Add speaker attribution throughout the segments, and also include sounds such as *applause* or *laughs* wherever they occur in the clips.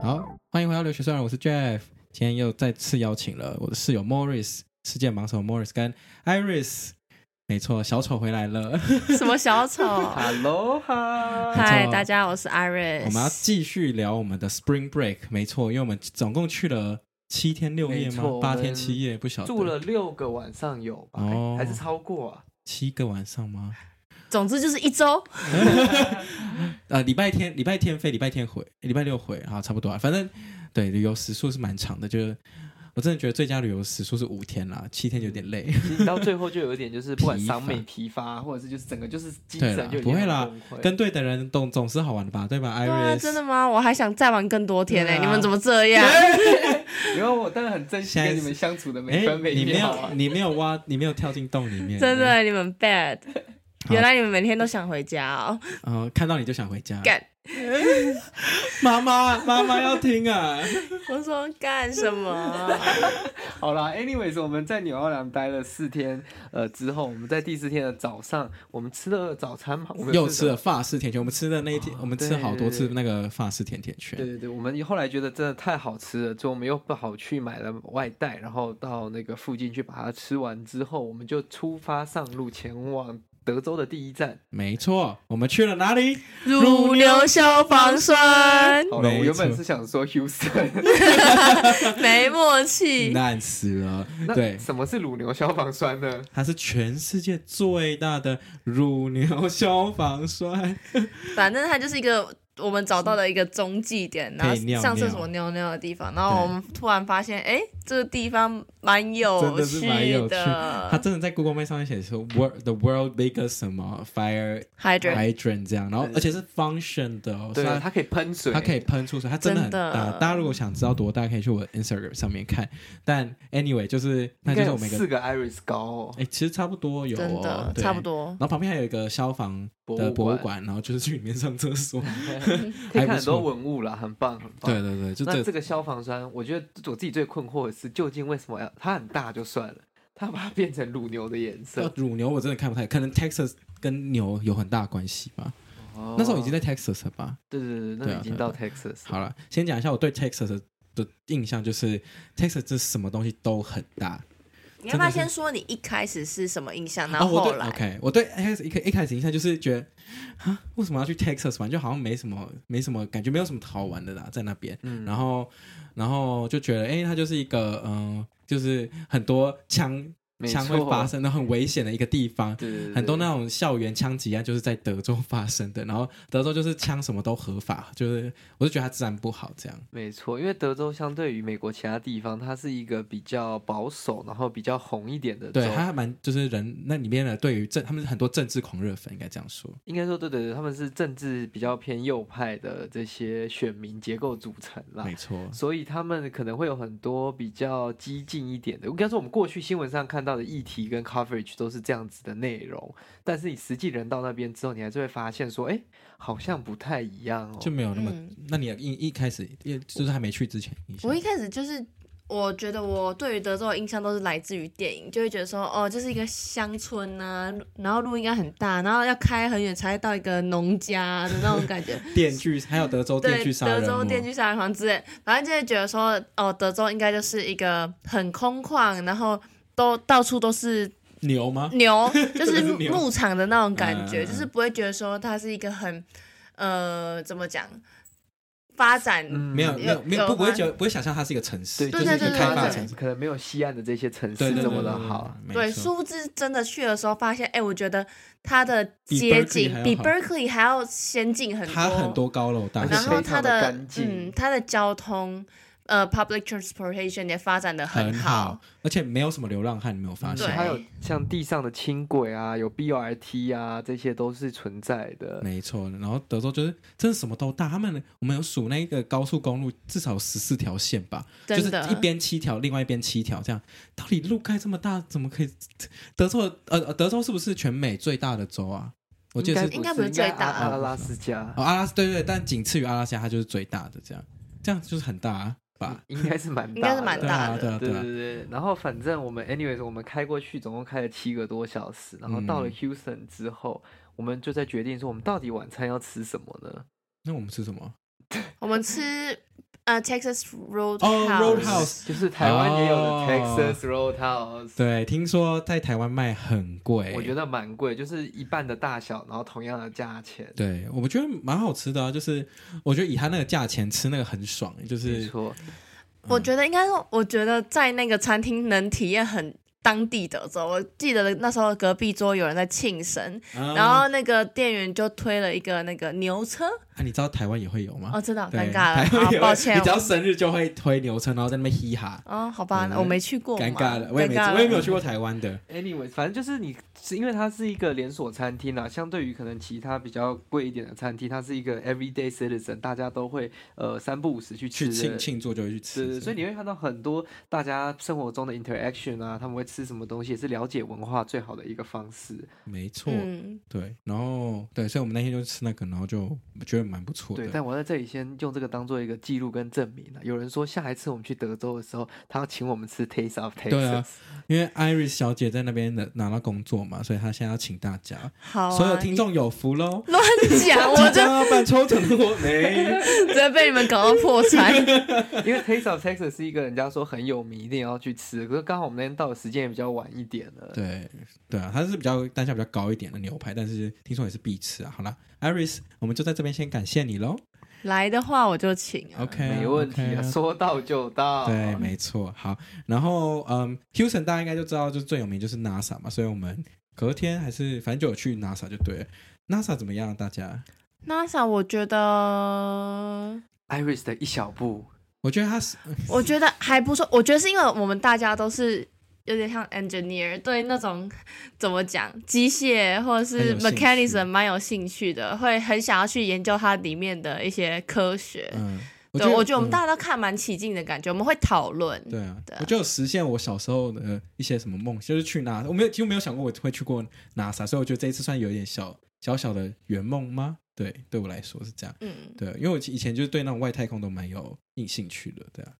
Speaker 1: 好，欢迎回到留学虽然我是 Jeff，今天又再次邀请了我的室友 Morris，世界盲手 Morris 跟 Iris，没错，小丑回来了。 *laughs*
Speaker 2: 什么小丑？
Speaker 3: Hello 哈，
Speaker 2: 嗨，
Speaker 1: 没错
Speaker 2: 大家，我是 Iris。
Speaker 1: 我们要继续聊我们的 Spring Break，没错，因为我们总共去了七天六夜
Speaker 3: 没
Speaker 1: 吗
Speaker 3: 错？
Speaker 1: 八
Speaker 3: 我们
Speaker 1: 天七夜，不晓得
Speaker 3: 住了六个晚上有吧？
Speaker 1: 哦
Speaker 3: 还是超过啊？
Speaker 1: 七个晚上吗？
Speaker 2: 总之就是一周，
Speaker 1: 呃，礼拜天礼拜天飞，礼拜天回，礼拜六回啊，差不多啊。反正对旅游时数是蛮长的，就是我真的觉得最佳旅游时数是五天啦，七天有点累。
Speaker 3: 其实到最后就有一点就是不管
Speaker 1: 疲乏
Speaker 3: 伤美疲乏，或者是就是整个就是精
Speaker 1: 对啦
Speaker 3: 神就已
Speaker 1: 不
Speaker 3: 经
Speaker 1: 会
Speaker 3: 很
Speaker 1: 啦
Speaker 3: 崩溃。
Speaker 1: 跟对的人总总是好玩的吧，对吧
Speaker 2: 对
Speaker 1: ？Iris，、
Speaker 2: 啊，真的吗？我还想再玩更多天呢、
Speaker 1: 对啊
Speaker 2: 你们怎么这样？
Speaker 3: 然后我当然很珍惜
Speaker 1: 现在
Speaker 3: 跟你们相处的每
Speaker 1: 哎
Speaker 3: 分，每
Speaker 1: 你没
Speaker 3: 秒
Speaker 1: 有
Speaker 3: 啊。
Speaker 1: 你没有挖，你没有跳进洞里面，
Speaker 2: *laughs* 真的，你们 bad。原来你们每天都想回家哦， *laughs*
Speaker 1: 呃，看到你就想回家。
Speaker 2: 干！
Speaker 1: *laughs* 妈妈，妈妈要听啊！
Speaker 2: 我说干什么？
Speaker 1: *laughs*
Speaker 3: 好啦，anyways，我们在纽奥良待了四天，呃，之后我们在第四天的早上，我们吃了早餐嘛，我们有
Speaker 1: 又吃了。法式甜甜圈，我们吃的那一天，我们吃
Speaker 3: 对
Speaker 1: 好多次
Speaker 3: 对
Speaker 1: 那
Speaker 3: 对
Speaker 1: 个法式甜甜
Speaker 3: 对
Speaker 1: 圈。
Speaker 3: 对对，我们后来觉得真的太好吃了，所以我们又不好去买了外带，然后到那个附近去把它吃完之后，我们就出发上路前往德州的第一站。
Speaker 1: 没错，我们去了哪里？
Speaker 2: 乳牛消防栓，
Speaker 3: 好了，
Speaker 1: 没
Speaker 3: 我原本
Speaker 1: 错
Speaker 3: 是想说 Houston，
Speaker 1: *laughs*
Speaker 2: 没默契。
Speaker 1: 烂死了！
Speaker 3: 那
Speaker 1: 对，
Speaker 3: 什么是乳牛消防栓呢？
Speaker 1: 它是全世界最大的乳牛消防栓。
Speaker 2: 反正它就是一个我们找到了一个中继点，
Speaker 1: 可
Speaker 2: 然后
Speaker 1: 以尿
Speaker 2: 上厕所尿尿的地方。然
Speaker 1: 对
Speaker 2: 后我们突然发现，哎、这个地方蛮有
Speaker 1: 真的
Speaker 2: 趣
Speaker 1: 是蛮有趣
Speaker 2: 的
Speaker 1: 它真的在 Google Map 上面写说 “world the world biggest 什么 fire
Speaker 2: hydrant
Speaker 1: hydrant” 这样，然后
Speaker 3: 对
Speaker 1: 而且是 function 的哦，所
Speaker 3: 对
Speaker 1: 以，它
Speaker 3: 它可以喷水，
Speaker 1: 它可以喷出水，它真的很
Speaker 2: 真
Speaker 1: 大。
Speaker 2: 的
Speaker 1: 大家如果想知道多大，可以去我的 Instagram 上面看。但 anyway，就是那
Speaker 3: 应
Speaker 1: 就
Speaker 3: 该
Speaker 1: 是
Speaker 3: 有
Speaker 1: 我们一
Speaker 3: 四
Speaker 1: 个，
Speaker 3: 个 Iris 高
Speaker 1: *laughs*
Speaker 3: 哦。
Speaker 1: 哎，其实差不多有
Speaker 2: 真
Speaker 1: 哦
Speaker 2: 的，
Speaker 1: 对
Speaker 2: 差不。多
Speaker 1: 然。后旁边还有一个消防的博
Speaker 3: 博
Speaker 1: 物
Speaker 3: 物
Speaker 1: 馆，然后就是去里面上厕
Speaker 3: *laughs*
Speaker 1: 所。
Speaker 3: 可以
Speaker 1: 还
Speaker 3: 看
Speaker 1: 不
Speaker 3: 很多
Speaker 1: 错
Speaker 3: 文物啦，很棒，很棒。
Speaker 1: 对对对，就
Speaker 3: 那
Speaker 1: 这
Speaker 3: 这个消防栓，我觉得我自己最困惑的是，究竟为什么要它很大就算了，它把它变成乳牛的颜
Speaker 1: 这
Speaker 3: 色？
Speaker 1: 乳牛我真的看不太，可能 Texas 跟牛有很大关系吧。
Speaker 3: 哦
Speaker 1: 那时候已经在 Texas 了吧？
Speaker 3: 对对对，
Speaker 1: 对
Speaker 3: 那
Speaker 1: 啊
Speaker 3: 已经到 Texas 了。
Speaker 1: 好了，先讲一下我对 Texas 的的印象，就是 Texas 这什么东西都很大。
Speaker 2: 你要不要
Speaker 1: 真的
Speaker 2: 先说你一开始是什么印象，然
Speaker 1: 啊，
Speaker 2: 后
Speaker 1: 我
Speaker 2: 后
Speaker 1: 对
Speaker 2: 来、
Speaker 1: OK，我对 Texas 一开一开始印象就是觉得，啊，为什么要去 Texas 玩？就好像没什么没什么感觉，没有什么好玩的啦，在那边。
Speaker 3: 嗯
Speaker 1: 然后然后就觉得，哎、它就是一个嗯、呃就是很多枪
Speaker 3: 没
Speaker 1: 枪
Speaker 3: 错
Speaker 1: 会发生的很危险的一个地方。
Speaker 3: 对对对，
Speaker 1: 很多那种校园枪击案就是在德州发生的，然后德州就是枪什么都合法，就是我就觉得它治安不好这样。
Speaker 3: 没错，因为德州相对于美国其他地方，它是一个比较保守，然后比较红一点的州。
Speaker 1: 对，他还蛮就是人那里面的对于政，他们是很多政治狂热粉，应该这样说。
Speaker 3: 应该说对对对，他们是政治比较偏右派的这些选民结构组成啦。
Speaker 1: 没错，
Speaker 3: 所以他们可能会有很多比较激进一点的。我跟你说，我们过去新闻上看到的议题跟 coverage 都是这样子的内容，但是你实际人到那边之后，你还是会发现说，哎，好像不太一样哦。
Speaker 1: 就没有那么。
Speaker 2: 嗯
Speaker 1: 那你一一开始，一就是还没去之前，你想
Speaker 2: 我一开始就是。我觉得我对于德州的印象都是来自于电影，就会觉得说，哦，就是一个乡村啊，然后路应该很大，然后要开很远才会到一个农家的那种感觉，
Speaker 1: 电锯，还有德州 *laughs* 电
Speaker 2: 对，
Speaker 1: 锯杀人
Speaker 2: 德州
Speaker 1: 魔，
Speaker 2: 电锯杀人狂之类，反正就会觉得说，哦，德州应该就是一个很空旷，然后都到处都是
Speaker 1: 牛吗？ *laughs*
Speaker 2: 牛，
Speaker 1: 真的
Speaker 2: 就是
Speaker 1: 是牛
Speaker 2: 牧场的那种感
Speaker 1: 嗯嗯
Speaker 2: 觉，
Speaker 1: 嗯
Speaker 2: 就是不会觉得说它是一个很，呃，怎么讲，发展，
Speaker 3: 嗯
Speaker 1: 没有，没有，没有，
Speaker 2: 有
Speaker 1: 不不会
Speaker 2: 吗
Speaker 1: 觉得不会想象它是一个城市，
Speaker 3: 对，
Speaker 1: 就
Speaker 3: 就是是
Speaker 1: 一个
Speaker 2: 对
Speaker 1: 开发
Speaker 2: 对
Speaker 1: 城市，
Speaker 3: 可能没有西岸的这些城
Speaker 1: 对
Speaker 3: 市
Speaker 1: 对
Speaker 3: 这
Speaker 1: 对，
Speaker 3: 么
Speaker 1: 对
Speaker 3: 的
Speaker 1: 对
Speaker 3: 好。啊
Speaker 1: 没
Speaker 2: 对，
Speaker 1: 错
Speaker 2: 殊不知真的去的时候发现，哎，我觉得它的
Speaker 1: 比 Berkeley
Speaker 2: 街
Speaker 1: 还
Speaker 2: 景
Speaker 1: 要
Speaker 2: 比
Speaker 1: 好
Speaker 2: Berkeley 还要先进很多，
Speaker 1: 它很多高楼大
Speaker 3: 而且
Speaker 2: 然
Speaker 1: 厦
Speaker 2: 后
Speaker 3: 非常
Speaker 2: 它
Speaker 3: 地
Speaker 2: 的
Speaker 3: 干净
Speaker 2: 嗯，它的交通，呃，public transportation 也发展的
Speaker 1: 很
Speaker 2: 好
Speaker 1: 好，，而且没有什么流浪汉，你没有发
Speaker 2: 对
Speaker 1: 现？
Speaker 3: 还有像地上的轻轨啊，有 BRT 啊，这些都是存在的。
Speaker 1: 没错，然后德州就是真的什么都大，他们我们有数那个高速公路至少十四条线吧，就
Speaker 2: 真
Speaker 1: 是
Speaker 2: 的
Speaker 1: 一边七条，另外一边七条，这样到底路盖这么大，怎么可以？德州呃呃，德州是不是全美最大的州啊？我记得是
Speaker 2: 应该不是最大
Speaker 3: 阿阿拉斯加，
Speaker 1: 哦，阿拉斯对对，对但仅次于阿拉斯加，它就是最大的这样，这样就是很大、啊、吧？
Speaker 3: *laughs* 应该是蛮大的，
Speaker 2: 应该是蛮
Speaker 1: 对
Speaker 2: 大
Speaker 1: 啊
Speaker 2: 的
Speaker 1: 对啊对
Speaker 3: 对对
Speaker 1: 啊，
Speaker 3: 对，然后反正我们 anyways 我们开过去总共开了七个多小时，然后到了
Speaker 1: 嗯
Speaker 3: Houston 之后，我们就在决定说我们到底晚餐要吃什么呢？
Speaker 1: 那我们吃什么？
Speaker 2: 我们吃呃，Texas
Speaker 1: 哦
Speaker 2: Roadhouse，
Speaker 1: ，Roadhouse，
Speaker 3: 就是台湾也有的
Speaker 1: 哦
Speaker 3: Texas Roadhouse，、
Speaker 1: 对，听说在台湾卖很贵，
Speaker 3: 我觉得蛮贵，就是一半的大小，然后同样的价钱。
Speaker 1: 对，我觉得蛮好吃的啊，就是我觉得以他那个价钱吃那个很爽，就
Speaker 3: 没
Speaker 1: 是
Speaker 3: 错，
Speaker 2: 我
Speaker 1: 嗯
Speaker 2: 觉得应该说，我觉得在那个餐厅能体验很当地的时候，我记得那时候隔壁桌有人在庆生，
Speaker 1: 啊
Speaker 2: 然后那个店员就推了一个那个牛车，
Speaker 1: 啊，你知道台湾也会有吗？
Speaker 2: 哦，真的好
Speaker 1: 啊对
Speaker 2: 尴
Speaker 1: *laughs*
Speaker 2: 尬
Speaker 1: 台湾
Speaker 2: 了，
Speaker 1: 也
Speaker 2: 好
Speaker 1: 会
Speaker 2: 抱歉
Speaker 1: 你，只要生日就会推牛车，然后在那边嘻哈，
Speaker 2: 哦，好吧，
Speaker 1: 嗯
Speaker 2: 我没去过嘛，
Speaker 1: 尴尬了。我也没
Speaker 2: 尴尬了
Speaker 1: 我也没有去过台湾
Speaker 3: *laughs*
Speaker 1: 的，
Speaker 3: Anyway，反正就是你是因为它是一个连锁餐厅啊，相对于可能其他比较贵一点的餐厅，它是一个 everyday citizen，大家都会呃三不五时去吃
Speaker 1: 去
Speaker 3: 的。
Speaker 1: 庆庆祝就会去
Speaker 3: 对对，
Speaker 1: 吃，
Speaker 3: 所以你会看到很多大家生活中的 interaction 啊，他们会吃什么东西，也是了解文化最好的一个方式。
Speaker 1: 没错，
Speaker 2: 嗯，
Speaker 1: 对，然后对，所以我们那天就吃那个，然后就觉得蛮不错
Speaker 3: 对，
Speaker 1: 的。
Speaker 3: 但我在这里先用这个当做一个记录跟证明了、啊有人说下一次我们去德州的时候，他要请我们吃 Taste of Texas。
Speaker 1: 对啊因为 Iris 小姐在那边拿拿到工作嘛，所以她现在要请大家，
Speaker 2: 好啊，
Speaker 1: 所有听众有福喽！
Speaker 2: *laughs* 乱讲，我
Speaker 1: 即
Speaker 2: 就
Speaker 1: 将要办抽奖的
Speaker 3: *laughs*
Speaker 1: 我没，
Speaker 2: 直接被你们搞到破产。
Speaker 3: 因为 Taste of Texas 是一个人家说很有名，一定要去吃。可是刚好我们那天到的时间也比较晚一点了。
Speaker 1: *laughs* 对对啊，它是比较单价比较高一点的牛排，但是听说也是必吃啊。好啦 i r i s 我们就在这边先感谢你喽。
Speaker 2: 来的话我就请啊。
Speaker 1: OK，
Speaker 3: 没问题啊
Speaker 1: OK
Speaker 3: 说到就到。
Speaker 1: 对，没错。好，然后嗯，Houston 大家应该就知道，就是最有名就是 NASA 嘛，所以我们隔天还是反正就有去 NASA 就对了。NASA 怎么样？大家？
Speaker 2: NASA 我觉得，
Speaker 3: Iris 的一小步，
Speaker 1: 我觉得它是
Speaker 2: 我觉得还不错。我觉得是因为我们大家都是有点像 engineer，对那种怎么讲机械或者是
Speaker 1: 很有兴趣
Speaker 2: mechanism 蛮有兴趣的，会很想要去研究它里面的一些科学。
Speaker 1: 嗯，
Speaker 2: 对，我觉得我们
Speaker 1: 嗯
Speaker 2: 大家都看蛮起劲的感觉，我们会讨论。
Speaker 1: 对啊
Speaker 2: 对，啊
Speaker 1: 我就有实现我小时候的一些什么梦，就是去 NASA，我没有几乎没有想过我会去过 NASA，所以我觉得这一次算有一点小小小的圆梦吗？对，对我来说是这样。
Speaker 2: 嗯，
Speaker 1: 对，因为我以前就是对那种外太空都蛮有硬兴趣的，对啊，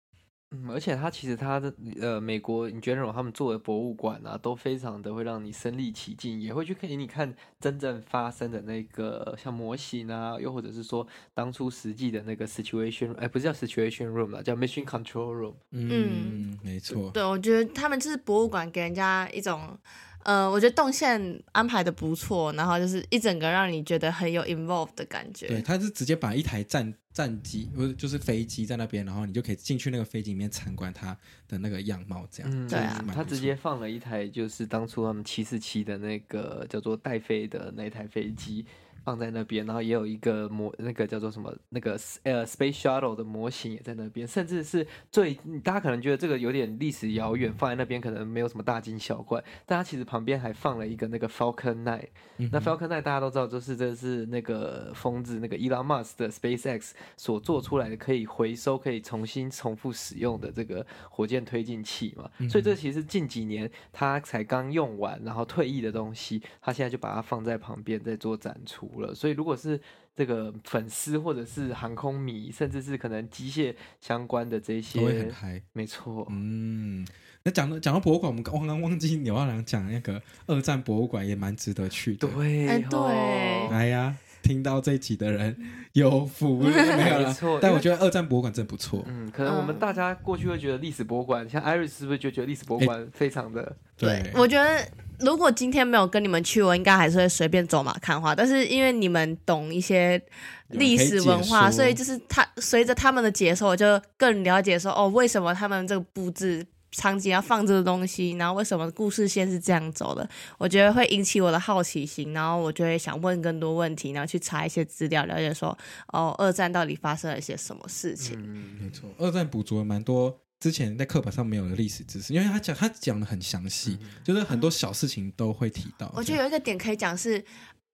Speaker 3: 嗯，而且它其实它的呃，美国 in general 他们做的博物馆啊，都非常的会让你身临其境，也会去给你看真正发生的那个像模型啊，又或者是说当初实际的那个 situation，哎、不是叫 situation room 啦，叫 mission control room。
Speaker 1: 嗯，没错，
Speaker 2: 对，我觉得他们就是博物馆给人家一种，呃，我觉得动线安排的不错，然后就是一整个让你觉得很有 involved 的感觉。
Speaker 1: 对，他是直接把一台战战机，不是就是飞机在那边，然后你就可以进去那个飞机里面参观它的那个样貌，这样，
Speaker 3: 嗯，
Speaker 2: 对啊
Speaker 1: 蛮不
Speaker 3: 他直
Speaker 1: 错
Speaker 3: 接放了一台就是当初他们七四七的那个叫做戴飞的那台飞机放在那边，然后也有一个模那个叫做什么那个 s- 呃 Space Shuttle 的模型也在那边，甚至是最大家可能觉得这个有点历史遥远，放在那边可能没有什么大惊小怪，但它其实旁边还放了一个那个 Falcon 9，
Speaker 1: 嗯
Speaker 3: 那
Speaker 1: 哼
Speaker 3: Falcon 9大家都知道，就是这是那个疯子那个 Elon Musk 的 SpaceX 所做出来的可以回收、可以重新重复使用的这个火箭推进器嘛。
Speaker 1: 嗯
Speaker 3: 所以这其实是近几年他才刚用完，然后退役的东西，他现在就把它放在旁边在做展出了。所以如果是这个粉丝或者是航空迷，甚至是可能机械相关的这
Speaker 1: 都会很
Speaker 3: 些，
Speaker 1: 嗨。
Speaker 3: 没错，
Speaker 1: 嗯，那讲到讲到博物馆，我们刚刚忘记牛二郎讲那个二战博物馆也蛮值得去的。
Speaker 3: 对，
Speaker 2: 哎对
Speaker 3: 哦
Speaker 1: 哎呀，听到这一集的人有福了，没有
Speaker 3: *laughs* 没
Speaker 1: 了
Speaker 3: 错。
Speaker 1: 啊但
Speaker 3: 因为
Speaker 1: 我觉得二战博物馆真的不错，
Speaker 3: 嗯，可能我们
Speaker 2: 嗯
Speaker 3: 大家过去会觉得历史博物馆，像 Iris 是不是就觉得历史博物
Speaker 1: 哎
Speaker 3: 馆非常的？
Speaker 1: 对，
Speaker 2: 我觉得如果今天没有跟你们去，我应该还是会随便走马看花。但是因为你们懂一些历史文
Speaker 1: 有人可以
Speaker 2: 化，
Speaker 1: 解说
Speaker 2: 所以就是他随着他们的解说，我就更了解说哦，为什么他们这个布置。场景要放这个东西，然后为什么故事线是这样走的？我觉得会引起我的好奇心，然后我就会想问更多问题，然后去查一些资料，了解说哦，二战到底发生了一些什么事情？
Speaker 3: 嗯，
Speaker 1: 没错。二战补足了蛮多之前在课本上没有的历史知识，因为他讲他讲的很详细，就是很多小事情都会提到。
Speaker 2: 我觉得有一个点可以讲是，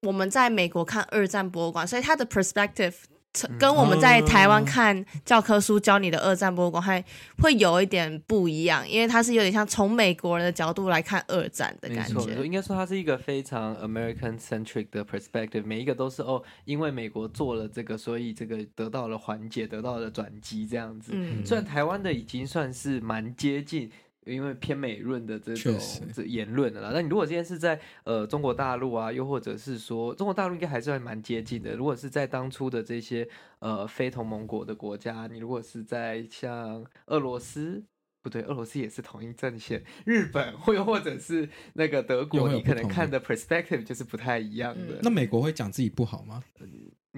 Speaker 2: 我们在美国看二战博物馆，所以它的 perspective
Speaker 3: 嗯
Speaker 2: 跟我们在台湾
Speaker 1: 哦
Speaker 2: 看教科书教你的二战博物馆还会有一点不一样，因为它是有点像从美国人的角度来看二战的
Speaker 3: 没
Speaker 2: 感
Speaker 3: 错，没错
Speaker 2: 觉。
Speaker 3: 应该说它是一个非常 American centric 的 perspective，每一个都是哦，因为美国做了这个，所以这个得到了缓解，得到了转机这样子。
Speaker 2: 嗯
Speaker 3: 虽然台湾的已经算是蛮接近。因为偏美论的这
Speaker 1: 确
Speaker 3: 种
Speaker 1: 实
Speaker 3: 这言论的啦。那你如果今天是在呃中国大陆啊，又或者是说中国大陆应该还是还蛮接近的。如果是在当初的这些呃非同盟国的国家，你如果是在像俄罗斯。不对，俄罗斯也是同一阵线，日本或又或者是那个德
Speaker 1: 又
Speaker 3: 国，
Speaker 1: 会有
Speaker 3: 你可能
Speaker 1: 不同的
Speaker 3: 看的 perspective 就是不太一样的。
Speaker 1: 那美国会讲自己不好吗？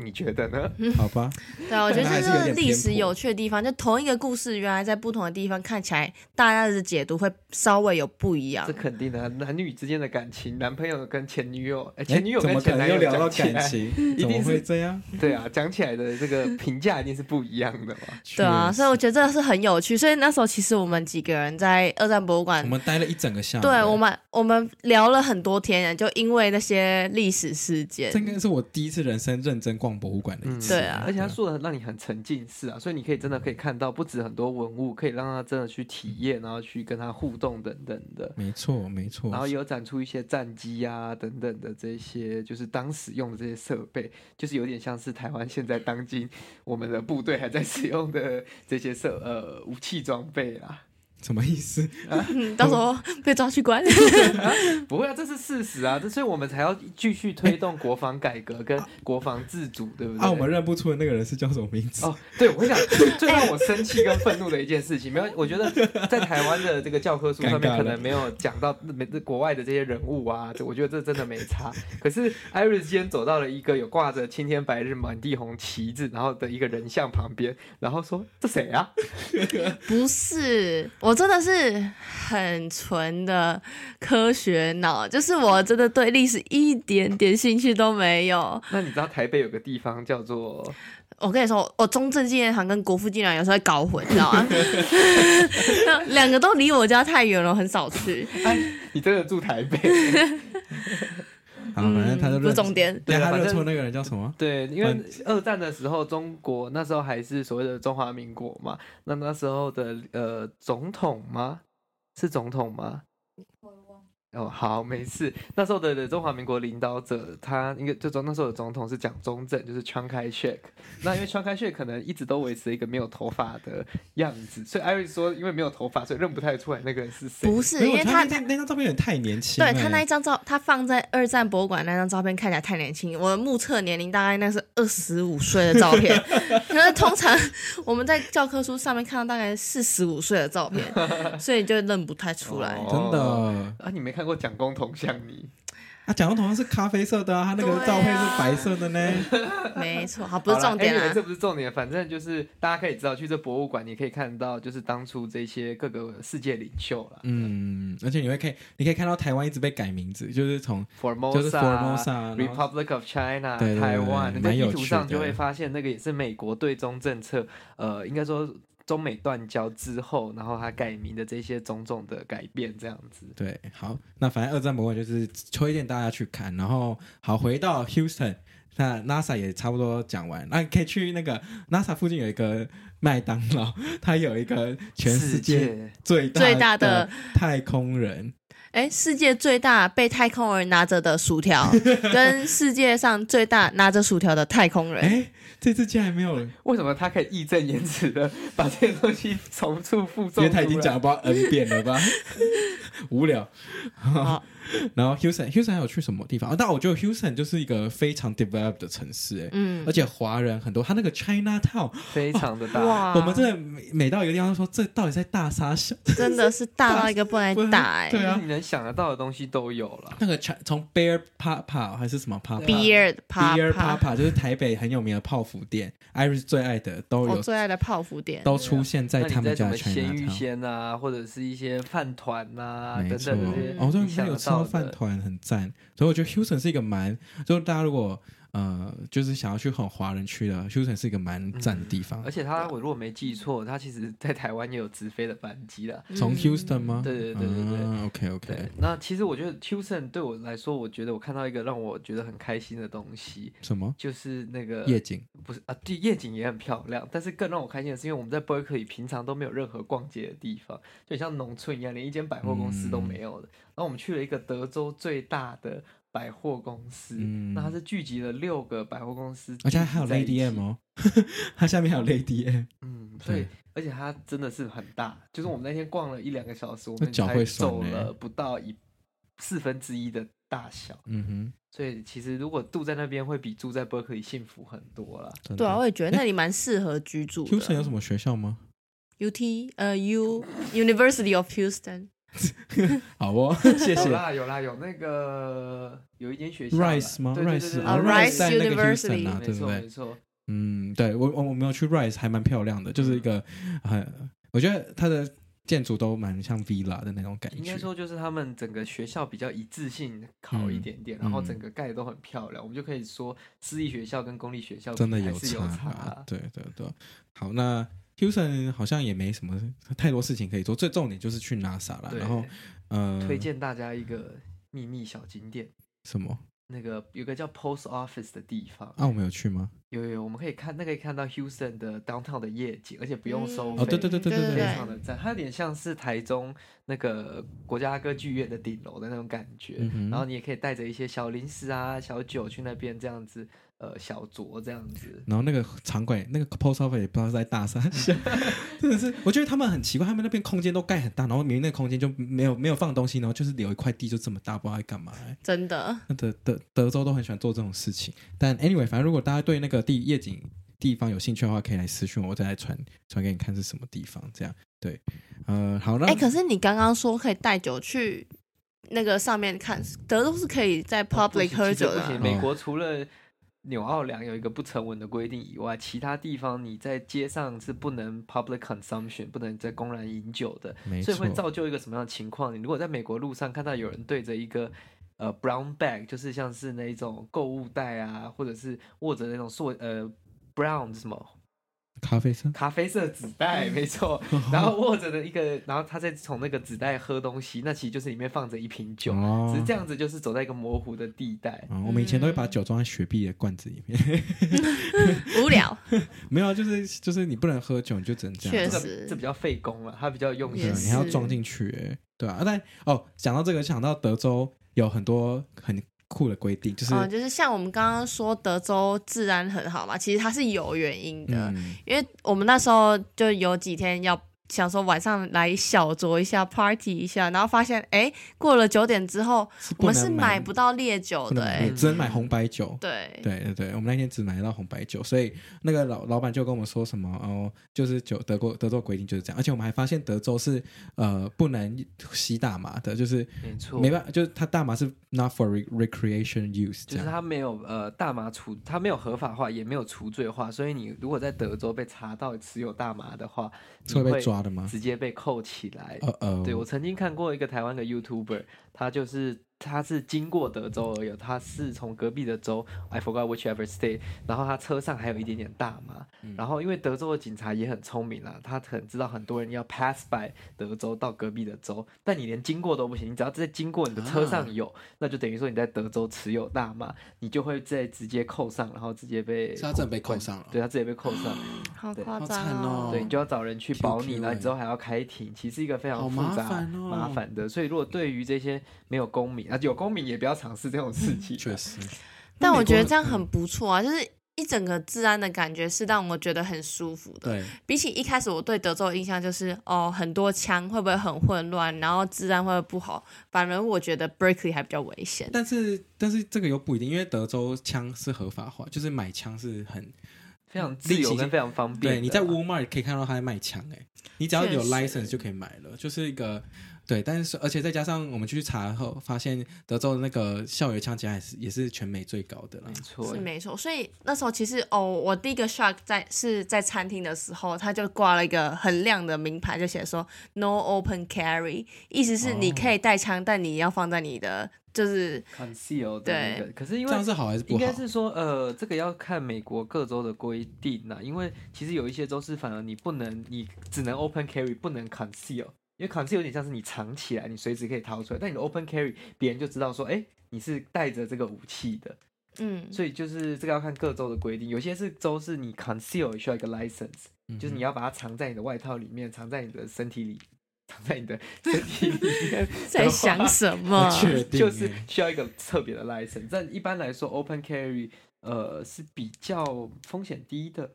Speaker 3: 你觉得呢？
Speaker 2: 嗯
Speaker 1: 好吧，
Speaker 2: 对啊，我觉得
Speaker 1: 那还
Speaker 2: 这
Speaker 1: 是有
Speaker 2: 就是
Speaker 1: 点
Speaker 2: 历
Speaker 1: 偏
Speaker 2: 史
Speaker 1: 颇
Speaker 2: 有趣的地方，就同一个故事，原来在不同的地方看起来，大家的解读会稍微有不一样
Speaker 3: 这。肯定的啊，男女之间的感情，男朋友跟前女友，哎，
Speaker 1: 哎
Speaker 3: 前女友
Speaker 1: 怎
Speaker 3: 跟
Speaker 1: 么可能
Speaker 3: 前男
Speaker 1: 又
Speaker 3: 友
Speaker 1: 聊到
Speaker 3: 讲
Speaker 1: 感
Speaker 3: 起来，
Speaker 1: 情？
Speaker 3: 一
Speaker 2: *laughs*
Speaker 1: 怎么
Speaker 3: 定
Speaker 1: 会
Speaker 3: 是
Speaker 1: 这样？
Speaker 3: 对啊，讲起来的这个评价一定是不一样的嘛。
Speaker 2: 对啊，
Speaker 1: 确实
Speaker 2: 所以我觉得这个是很有趣。所以那时候其实我们几个人在二战博物馆
Speaker 1: 我，们待了一整个下午。
Speaker 2: 对
Speaker 1: 哎
Speaker 2: 我们我们聊了很多天，就因为那些历史事件
Speaker 1: 这。应该是我第一次人生认真逛博物馆的一次。
Speaker 2: 对啊
Speaker 3: 嗯而且他做的让你很沉浸式啊，所以你可以真的可以看到不止很多文物，可以让他真的去体验，然后去跟他互动等等的。
Speaker 1: 啊没错，没错。
Speaker 3: 然后也有展出一些战机啊等等的这些，就是当时用的这些设备，就是有点像是台湾现在当今我们的部队还在使用的这些设呃武器装备
Speaker 2: *laughs*
Speaker 3: 啊。
Speaker 1: 什么意思？
Speaker 2: 嗯，到时候 *laughs* 被抓去关。
Speaker 3: 不会啊，这是事实啊，这所以我们才要继续推动国防改革跟国防自主，对不对？
Speaker 1: 啊，我们认不出的那个人是叫什么名字？
Speaker 3: 哦，对，我跟你讲，最最让我生气跟愤怒的一件事情，没有，我觉得在台湾的这个教科书上
Speaker 1: 尴尬
Speaker 3: 面
Speaker 1: 了
Speaker 3: 可能没有讲到没国外的这些人物啊，这我觉得这真的没差。可是 Iris 今天走到了一个有挂着青天白日满地红旗帜，然后的一个人像旁边，然后说这谁啊？
Speaker 2: 不是，我真的是很纯的科学脑，就是我真的对历史一点点兴趣都没有。
Speaker 3: 那你知道台北有个地方叫做
Speaker 2: 我跟你说，我中正纪念堂跟国父纪念堂有时候会搞混，你知道吗？ *laughs* 两个都离我家太远了，我很少去。
Speaker 3: 你真的住台北？
Speaker 1: 好，啊反正他就
Speaker 2: 不是
Speaker 1: 认
Speaker 2: 重点。
Speaker 1: 对
Speaker 3: 对啊
Speaker 1: 他
Speaker 3: 反
Speaker 1: 认
Speaker 3: 正
Speaker 1: 错那个人叫什么？
Speaker 3: 对，因为二战的时候，中国那时候还是所谓的中华民国嘛，那那时候的呃总统吗？是总统吗？哦，好，没事。那时候的中华民国领导者，他一个就总那时候的总统是蒋中正，就是 Chiang Kai-shek。那因为 Chiang Kai-shek 可能一直都维持一个没有头发的样子，所以艾瑞说，因为没有头发，所以认不太出来那个人是谁。
Speaker 2: 不是，
Speaker 1: 没有
Speaker 2: 因为
Speaker 1: 他
Speaker 2: 他
Speaker 1: 那张那张照片有点太年轻了。
Speaker 2: 对他那一张照，他放在二战博物馆那张照片看起来太年轻，我目测年龄大概那是二十五岁的照片， *laughs* 可是通常我们在教科书上面看到大概四十五岁的照片，所以就认不太出来。
Speaker 3: 哦
Speaker 1: 真的，
Speaker 3: 啊，你没看过蒋公铜像你？
Speaker 1: 啊，蒋公头像是咖啡色的啊，他那个
Speaker 2: 对啊
Speaker 1: 照片是白色的呢。
Speaker 2: 没错，
Speaker 1: *laughs*
Speaker 2: 好，不是重点啊
Speaker 3: 好啦，anyway，
Speaker 2: 啦
Speaker 3: 这。不是重点，反正就是大家可以知道，去这博物馆你可以看到，就是当初这些各个世界领袖啦
Speaker 1: 嗯，而且你会看，你可以看到台湾一直被改名字，就是从就是
Speaker 3: Formosa。
Speaker 1: Formosa，然后
Speaker 3: Republic of China，
Speaker 1: 对对对
Speaker 3: 台湾，
Speaker 1: 对
Speaker 3: 你在
Speaker 1: 蛮有
Speaker 3: 地图上
Speaker 1: 趣的
Speaker 3: 就会发现，那个也是美国对中政策，呃，应该说中美断交之后，然后它改名的这些种种的改变，这样子。
Speaker 1: 对，好，那反正二战博物馆就是推荐大家去看，然后好回到 Houston，那 NASA 也差不多讲完，那可以去那个 NASA 附近有一个麦当劳，它有一个全世界最大
Speaker 2: 最大的
Speaker 1: 太空人，
Speaker 2: 哎，世界最大被太空人拿着的薯条，
Speaker 1: *laughs*
Speaker 2: 跟世界上最大拿着薯条的太空人，
Speaker 1: 哎，这次竟然没有人，
Speaker 3: 为什么他可以义正言辞的把这些东西重复复
Speaker 1: 因
Speaker 3: 重？
Speaker 1: 为他已经讲了不知道 N 遍了吧， *laughs* 无聊。
Speaker 2: 好
Speaker 1: 然后 Houston，Houston 还有去什么地方？啊，但我觉得 Houston 就是一个非常 developed 的城市、哎、*laughs*
Speaker 2: 嗯
Speaker 1: 而，且华人很多，他那个 China Town，、
Speaker 3: 非常的大，
Speaker 2: 哇，
Speaker 1: 我们真的每每到一个地方说，这到底在大沙小？
Speaker 2: 真的是大到一个不能
Speaker 1: 不能
Speaker 2: 打哎、
Speaker 1: 对啊
Speaker 3: 你能想得到的东西都有了。
Speaker 1: 那个 Chi- 从 Bear Papa 还是什么 Papa
Speaker 3: 对啊
Speaker 2: Beer
Speaker 1: Beer
Speaker 2: Papa，
Speaker 1: Papa 就是台北很有名的泡芙店，Iris 最爱的都
Speaker 3: 哦
Speaker 1: 有、
Speaker 2: 我最爱的泡芙店。
Speaker 1: 都出现在
Speaker 3: 那你
Speaker 1: 他们
Speaker 3: 在
Speaker 1: 家
Speaker 3: 什么
Speaker 1: 的 China
Speaker 3: 鲜芋
Speaker 1: Town。
Speaker 3: 仙啊，或者是一些饭团呐
Speaker 1: 没
Speaker 3: 啊等
Speaker 1: 错，
Speaker 3: 等的这些，
Speaker 1: 哦，我终于
Speaker 3: 你想
Speaker 1: 有
Speaker 3: 得
Speaker 1: 吃到
Speaker 3: 到
Speaker 1: 饭
Speaker 3: 的。
Speaker 1: 团，很赞。所以我觉得 Houston 是一个蛮，就是大家如果呃，就是想要去很华人区的，Houston 是一个蛮赞的地方
Speaker 3: 而。且它，我如果没记错，它其实在台湾也有直飞的班机的。
Speaker 1: 从
Speaker 2: 嗯
Speaker 1: Houston 吗？
Speaker 3: 对对对对对
Speaker 1: 啊，OK
Speaker 3: 对
Speaker 1: OK，，
Speaker 3: 那其实我觉得 Tucson 对我来说，我觉得我看到一个让我觉得很开心的东西，
Speaker 1: 什么
Speaker 3: 就是那个
Speaker 1: 夜景？
Speaker 3: 不是啊，对，夜景也很漂亮。但是更让我开心的是，因为我们在 Berkeley 平常都没有任何逛街的地方，就很像农村一样，连一间百货公司都
Speaker 1: 嗯
Speaker 3: 没有的。然后我们去了一个德州最大的百货公司，
Speaker 1: 嗯
Speaker 3: 那它是聚集了六个百货公司，
Speaker 1: 而且还有 Lady M
Speaker 3: 哦，
Speaker 1: 哦，它下面还有 Lady M，
Speaker 3: 嗯，所以
Speaker 1: 对，
Speaker 3: 而而且它真的是很大，就是我们那天逛了一两个小时，我
Speaker 1: 那
Speaker 3: 们
Speaker 1: 脚
Speaker 3: 才
Speaker 1: 会酸
Speaker 3: 走
Speaker 1: 欸
Speaker 3: 了不到一四分之一的大小，
Speaker 1: 嗯哼，
Speaker 3: 所以其实如果住在那边会比住在伯克利幸福很多啦。
Speaker 1: 真的
Speaker 2: 对啊，我也觉得那里蛮适合居住的。
Speaker 1: 嗯 Houston 有什么学校吗？
Speaker 2: UT 呃 U University of Houston，
Speaker 1: 好哦，谢
Speaker 3: 有
Speaker 1: 谢。
Speaker 3: 啦有啦有那个有一间学校啦
Speaker 1: Rice 吗
Speaker 3: 对对对
Speaker 1: ？Rice
Speaker 3: 对
Speaker 1: 啊
Speaker 2: 哦
Speaker 3: 对
Speaker 1: ，Rice
Speaker 2: Rice
Speaker 1: 在那个
Speaker 2: University
Speaker 1: Houston 啊，
Speaker 3: 没
Speaker 1: 对不
Speaker 3: 错没
Speaker 1: 对？
Speaker 3: 错，
Speaker 1: 嗯，对我我我没有去 Rice，还蛮漂亮的，就是一个很，我觉得它的建筑都蛮像 villa 的那种感
Speaker 3: 应
Speaker 1: 觉
Speaker 3: 该。说就是他们整个学校比较一致性考一
Speaker 1: 嗯
Speaker 3: 点点，然后
Speaker 1: 嗯
Speaker 3: 整个盖得都很漂亮，我们就可以说私立学校跟公立学校比
Speaker 1: 真的
Speaker 3: 还
Speaker 1: 有
Speaker 3: 是有
Speaker 1: 差
Speaker 3: 差
Speaker 1: 啊
Speaker 3: 啦，。
Speaker 1: 对对对。好，那 Houston 好像也没什么太多事情可以做，最重点就是去 NASA 啦。
Speaker 3: 对
Speaker 1: 然后呃，
Speaker 3: 推荐大家一个秘密小景点，
Speaker 1: 什么？
Speaker 3: 那个有个叫 Post Office 的地方，
Speaker 1: 啊，我们有去吗？
Speaker 3: 有有有，我们可以看那可以看到 Houston 的 downtown 的夜景，而且不用收
Speaker 2: 嗯
Speaker 3: 费。
Speaker 1: 哦对对对对对
Speaker 2: 对
Speaker 3: 非常的赞，它有点像是台中那个国家歌剧院的顶楼的那种感觉，
Speaker 1: 嗯哼
Speaker 3: 然后你也可以带着一些小零食啊、小酒去那边这样子，呃，小酌这样子。
Speaker 1: 然后那个场馆，那个 post office 也不知道是在大
Speaker 3: *laughs*
Speaker 1: 三下，真的是，我觉得他们很奇怪，他们那边空间都盖很大，然后明明那个空间就没有没有放东西，然后就是留一块地就这么大，不知道在干嘛、欸。
Speaker 2: 真的
Speaker 1: 那德德德州都很喜欢做这种事情，但 anyway，反正如果大家对那个地夜景地方有兴趣的话，可以来私讯我，我再来传传给你看是什么地方。这样对，呃，好，那、
Speaker 2: 哎、可是你刚刚说可以带酒去那个上面看，德州是可以在
Speaker 3: 哦不
Speaker 2: public
Speaker 3: 行
Speaker 2: 喝
Speaker 3: 其实
Speaker 2: 酒的
Speaker 3: 不行。
Speaker 2: 啊，
Speaker 1: 嗯
Speaker 3: 美国除了纽奥良有一个不成文的规定以外，其他地方你在街上是不能 public consumption，不能在公然饮酒的。
Speaker 1: 没
Speaker 3: 所以
Speaker 1: 错
Speaker 3: 会，造就一个什么样的情况？你如果在美国路上看到有人对着一个呃 brown bag，就是像是那一种购物袋啊，或者是握着那种塑呃 brown 什么
Speaker 1: 咖啡色，
Speaker 3: 咖啡色纸袋，
Speaker 1: *laughs*
Speaker 3: 没错，然后握着的一个，然后他再从那个纸袋喝东西，那其实就是里面放着一瓶酒，
Speaker 1: 哦
Speaker 3: 只是这样子就是走在一个模糊的地带。
Speaker 1: 啊、我们以前都会把酒装在雪碧的罐子里面， *laughs*
Speaker 2: 无聊，
Speaker 1: 没有啊，就是就是你不能喝酒，你就只能这样。
Speaker 2: 确
Speaker 3: 这
Speaker 2: 实
Speaker 3: 个这比较费工了，它比较用
Speaker 2: 也
Speaker 1: 对
Speaker 3: 心
Speaker 1: 啊，
Speaker 2: 是
Speaker 1: 你还要装进去、欸，对啊。啊但哦，讲到这个，想到德州有很多很酷的规定， *laughs* 就是、
Speaker 2: 嗯，就是像我们刚刚说德州治安很好嘛，其实它是有原因的，
Speaker 1: 嗯，
Speaker 2: 因为我们那时候就有几天要想说晚上来小酌一下，party 一下，然后发现哎，过了九点之后，
Speaker 1: 是
Speaker 2: 我
Speaker 1: 不
Speaker 2: 们
Speaker 1: 能
Speaker 2: 是买不到烈酒
Speaker 1: 不
Speaker 2: 的、
Speaker 1: 能买
Speaker 2: 哎，
Speaker 1: 只能买红白酒。
Speaker 2: 对，
Speaker 1: 对对对，我们那天只买到红白酒，所以那个老老板就跟我们说什么哦，就是酒德国德州规定就是这样，而且我们还发现德州是呃不能吸大麻的，就是
Speaker 3: 没错，
Speaker 1: 没办法，就是他大麻是 not for re- recreation use 这
Speaker 3: 就是
Speaker 1: 样，
Speaker 3: 他没有呃大麻除，他没有合法化，也没有除罪化，所以你如果在德州被查到持有大麻的话，你
Speaker 1: 会被抓的吗？
Speaker 3: 直接被扣起来。
Speaker 1: 呃呃，
Speaker 3: 对我曾经看过一个台湾的 YouTuber，他就是他是经过德州而已，他是从隔壁的州，I forgot whichever state，然后他车上还有一点点大麻，
Speaker 1: 嗯
Speaker 3: 然后因为德州的警察也很聪明啦，他很知道很多人要 pass by 德州到隔壁的州，但你连经过都不行，你只要在经过你的车
Speaker 1: 啊
Speaker 3: 上有，那就等于说你在德州持有大麻，你就会再直接扣上，然后直接被
Speaker 1: 是他真的被扣上了
Speaker 3: 对他直接被扣上，
Speaker 2: 好
Speaker 3: 对
Speaker 2: 夸
Speaker 1: 好
Speaker 2: 张
Speaker 1: 惨哦
Speaker 3: 对，你就要找人去保你，
Speaker 1: QQ
Speaker 3: 然后
Speaker 1: 欸
Speaker 3: 你之后还要开庭，其实是一个非
Speaker 1: 好
Speaker 3: 常复
Speaker 1: 麻
Speaker 3: 杂、
Speaker 1: 烦哦
Speaker 3: 麻烦的。所以，如果对于这些没有公民啊，有公民也不要尝试这种事情。
Speaker 1: 确实，
Speaker 2: 但我觉得
Speaker 1: 美国
Speaker 2: 这样很不错啊，就是一整个治安的感觉是让我觉得很舒服的。
Speaker 1: 对，
Speaker 2: 比起一开始我对德州的印象就是哦，很多枪会不会很混乱，然后治安会不会不好？反而我觉得 Berkeley 还比较危险。
Speaker 1: 但是但是这个又不一定，因为德州枪是合法化，就是买枪是很
Speaker 3: 非常自
Speaker 1: 立即
Speaker 3: 由
Speaker 1: 性
Speaker 3: 跟非常方便的啦。
Speaker 1: 对。你在 Walmart 可以看到他在卖枪，哎，你只要有
Speaker 2: 确实
Speaker 1: license 就可以买了，就是一个对。但是而且再加上我们去查后发现，德州的那个校园枪击案也是也是全美最高的啦
Speaker 3: 没。错
Speaker 2: 是，没错，所以那时候其实哦，我第一个 shock 在是在餐厅的时候，他就挂了一个很亮的名牌，就写说 no open carry，意思是
Speaker 1: 哦
Speaker 2: 你可以带枪，但你要放在你的就是
Speaker 3: conceal 的那个，可是因
Speaker 1: 这
Speaker 3: 为
Speaker 1: 样是好还是不
Speaker 3: 应
Speaker 1: 好？
Speaker 3: 该是说，呃，这个要看美国各州的规定呐、因为其实有一些州是反而你不能，你只能 open carry，不能 conceal，因为 conceal 有点像是你藏起来，你随时可以掏出来，但你的 open carry，别人就知道说，哎、你是带着这个武器的。
Speaker 2: 嗯，，
Speaker 3: 所以就是这个要看各州的规定，有些是州是你 conceal 需要一个 license，、
Speaker 1: 嗯哼
Speaker 3: 就是你要把它藏在你的外套里面，藏在你的身体里，藏在
Speaker 1: *laughs*
Speaker 3: 你的身体里面
Speaker 2: 在想什么
Speaker 1: 我？ *laughs* 确定欸，
Speaker 3: 就是需要一个特别的 license。但一般来说，open carry 呃是比较风险低的，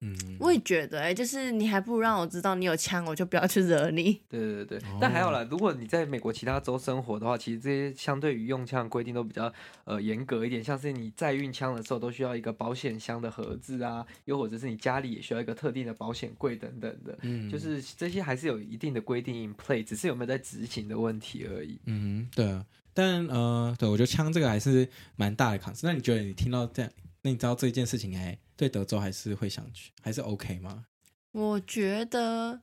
Speaker 1: 嗯，
Speaker 2: 我也觉得、哎，就是你还不如让我知道你有枪，我就不要去惹你。
Speaker 3: 对对对，但还好
Speaker 1: 哦
Speaker 3: 啦。如果你在美国其他州生活的话，其实这些相对于用枪规定都比较呃严格一点，像是你在运枪的时候都需要一个保险箱的盒子啊，又或者是你家里也需要一个特定的保险柜等等的，
Speaker 1: 嗯
Speaker 3: 就是这些还是有一定的规定 in play，只是有没有在执行的问题而已。
Speaker 1: 嗯，对啊，但呃，对我觉得枪这个还是蛮大的 concern。那你觉得你听到这样，那你知道这件事情还对德州还是会想去，还是 OK 吗？
Speaker 2: 我觉得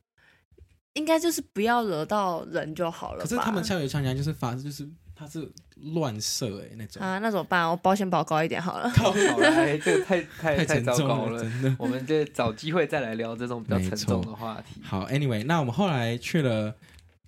Speaker 2: 应该就是不要惹到人就好了吧。
Speaker 1: 可是他们校园枪击案就是发，就是他是乱射哎、那种，
Speaker 2: 啊，那怎么办？我保险保高一点好了。
Speaker 3: 好啦， *laughs* 哎这个太太
Speaker 1: 太
Speaker 3: 太
Speaker 1: 沉
Speaker 3: 糟
Speaker 1: 重
Speaker 3: 糕
Speaker 1: 了，
Speaker 3: 了。
Speaker 1: 真的。
Speaker 3: *laughs* 我们这找机会再来聊这种比较
Speaker 1: 没
Speaker 3: 沉
Speaker 1: 错
Speaker 3: 重的话题。
Speaker 1: 好，Anyway，那我们后来去了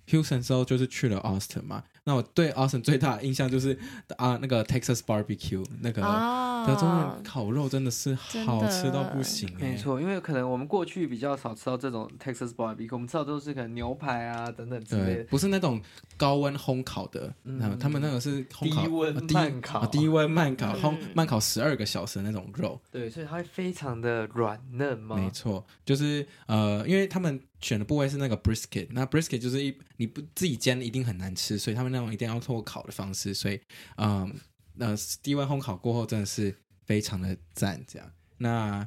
Speaker 1: Houston 之后，就是去了 Austin 嘛。那我对 Austin 最大的印象就是啊，那个 Texas barbecue 那个
Speaker 2: 啊，
Speaker 1: 德州的烤肉真的是
Speaker 2: 真
Speaker 1: 好
Speaker 2: 的
Speaker 1: 吃到不行、欸，
Speaker 3: 没。错，因为可能我们过去比较少吃到这种 Texas barbecue，我们吃到都是可能牛排啊等等之类
Speaker 1: 对，
Speaker 3: 的。
Speaker 1: 不是那种高温烘烤的，
Speaker 3: 嗯
Speaker 1: 然后他们那个是烘烤
Speaker 3: 低温
Speaker 1: 呃低
Speaker 3: 慢烤
Speaker 1: 啊低温慢烤，
Speaker 2: 嗯
Speaker 1: 烘慢烤十二个小时的那种肉，
Speaker 3: 对，所以它会非常的软嫩嘛。
Speaker 1: 没错，就是呃，因为他们选的部位是那个 brisket，那 brisket 就是一你不自己煎一定很难吃，所以他们那种一定要透过烤的方式，所以嗯，那、低温烘烤过后真的是非常的赞，这样。那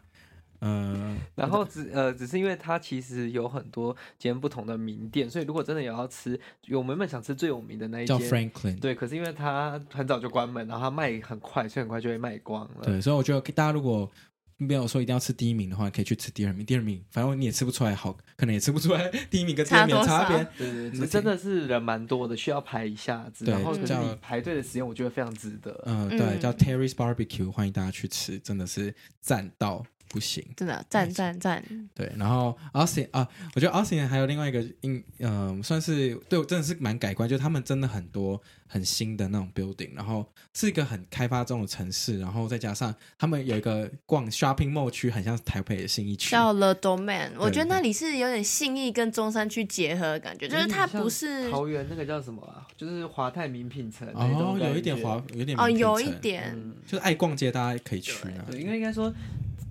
Speaker 1: 呃，
Speaker 3: 然后只呃，只是因为它其实有很多间不同的名店，所以如果真的有要吃，我们原本想吃最有名的那一
Speaker 1: 叫
Speaker 3: 间，
Speaker 1: Franklin，
Speaker 3: 对，可是因为它很早就关门，然后它卖很快，所以很快就会卖光了。
Speaker 1: 对，所以我觉得大家如果没有说一定要吃第一名的话，可以去吃第二名。第二名，反正你也吃不出来好，可能也吃不出来第一名跟第二名的差
Speaker 2: 差
Speaker 1: 别
Speaker 2: 多少。
Speaker 3: 对对对，
Speaker 1: 嗯
Speaker 3: 只是真的是人蛮多的，需要排一下子，
Speaker 1: 对
Speaker 3: 然后可是
Speaker 1: 叫
Speaker 3: 你排队的时间，我觉得非常值得。
Speaker 1: 嗯、对，
Speaker 2: 嗯
Speaker 1: 叫 Terry's Barbecue，欢迎大家去吃，真的是赞到不行。
Speaker 2: 啊真的赞
Speaker 1: 没错
Speaker 2: 赞赞，
Speaker 1: 对，然后 Austin 啊，我觉得 Austin 还有另外一个印，嗯、算是对我真的是蛮改观，就是他们真的很多很新的那种 building，然后是一个很开发中的城市，然后再加上他们有一个逛 shopping mall 区，很像台北的信义区，哦
Speaker 2: 叫 The Domain。我
Speaker 1: 对
Speaker 2: 觉得
Speaker 1: 对
Speaker 2: 那里是有点信义跟中山区结合的感觉，就是
Speaker 3: 有点
Speaker 2: 它
Speaker 3: 像
Speaker 2: 不是
Speaker 3: 桃园那个叫什么啊？就是华泰名品城那种
Speaker 1: 哦，
Speaker 3: 感
Speaker 1: 有一点
Speaker 3: 觉
Speaker 1: 华，有一点
Speaker 2: 哦，
Speaker 1: 名品
Speaker 2: 有一
Speaker 1: 城
Speaker 2: 点。
Speaker 3: 嗯，
Speaker 1: 就是爱逛街，大家可以去那
Speaker 3: 对，
Speaker 1: 里。
Speaker 3: 因为应该说，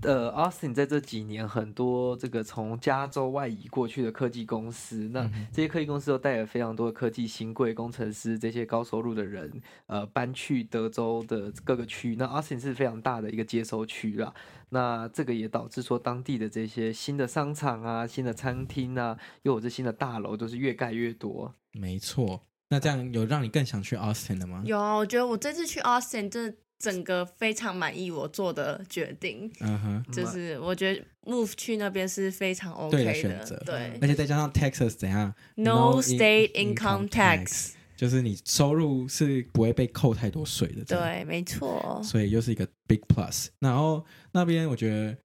Speaker 3: 呃，Austin 在这几年很多这个从加州外移过去的科技公司，那
Speaker 1: 嗯
Speaker 3: 这些科技公司都带了非常多的科技新贵、工程师这些高收入的人，呃，搬去德州的各个区域。那 Austin 是非常大的一个接收区啦，那这个也导致说当地的这些新的商场啊、新的餐厅啊，又有这新的大楼，都是越盖越多。
Speaker 1: 没错，那这样有让你更想去 Austin 的吗？
Speaker 2: 有啊，我觉得我这次去 Austin 真的整个非常满意我做的决定，
Speaker 1: 嗯哼，
Speaker 2: 就是我觉得 move 去那边是非常 OK
Speaker 1: 对
Speaker 2: 的，
Speaker 1: 的选择
Speaker 2: 对
Speaker 1: 而且再加上 Texas 怎样
Speaker 2: No state income tax，
Speaker 1: 就是你收入是不会被扣太多税的，这样，
Speaker 2: 对，没错，
Speaker 1: 所以又是一个 big plus。然后那边我觉得。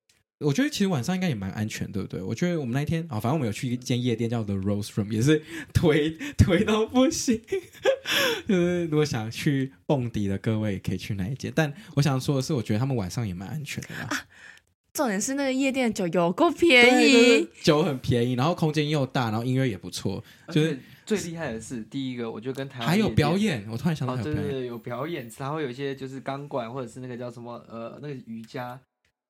Speaker 1: 我觉得其实晚上应该也蛮安全，对不对？我觉得我们那一天啊、反正我们有去一间夜店叫 The Rose Room，也是推 *laughs* 推到不行。就是如果想去蹦迪的各位，也可以去那一间。但我想说的是，我觉得他们晚上也蛮安全的啦。
Speaker 2: 重点是那个夜店酒有够
Speaker 1: 对
Speaker 2: 啊便
Speaker 1: 就是
Speaker 2: 宜，
Speaker 1: 酒很便宜，然后空间又大，然后音乐也不错，就是
Speaker 3: 最厉害的是，第一个我觉得跟台湾
Speaker 1: 还有
Speaker 3: 夜店
Speaker 1: 表演。我突然想到 *laughs*
Speaker 3: 哦，
Speaker 1: 还有
Speaker 3: 对
Speaker 1: 表
Speaker 3: 对
Speaker 1: 演，
Speaker 3: 对，有表演，然后有一些就是钢管或者是那个叫什么呃，那个瑜伽，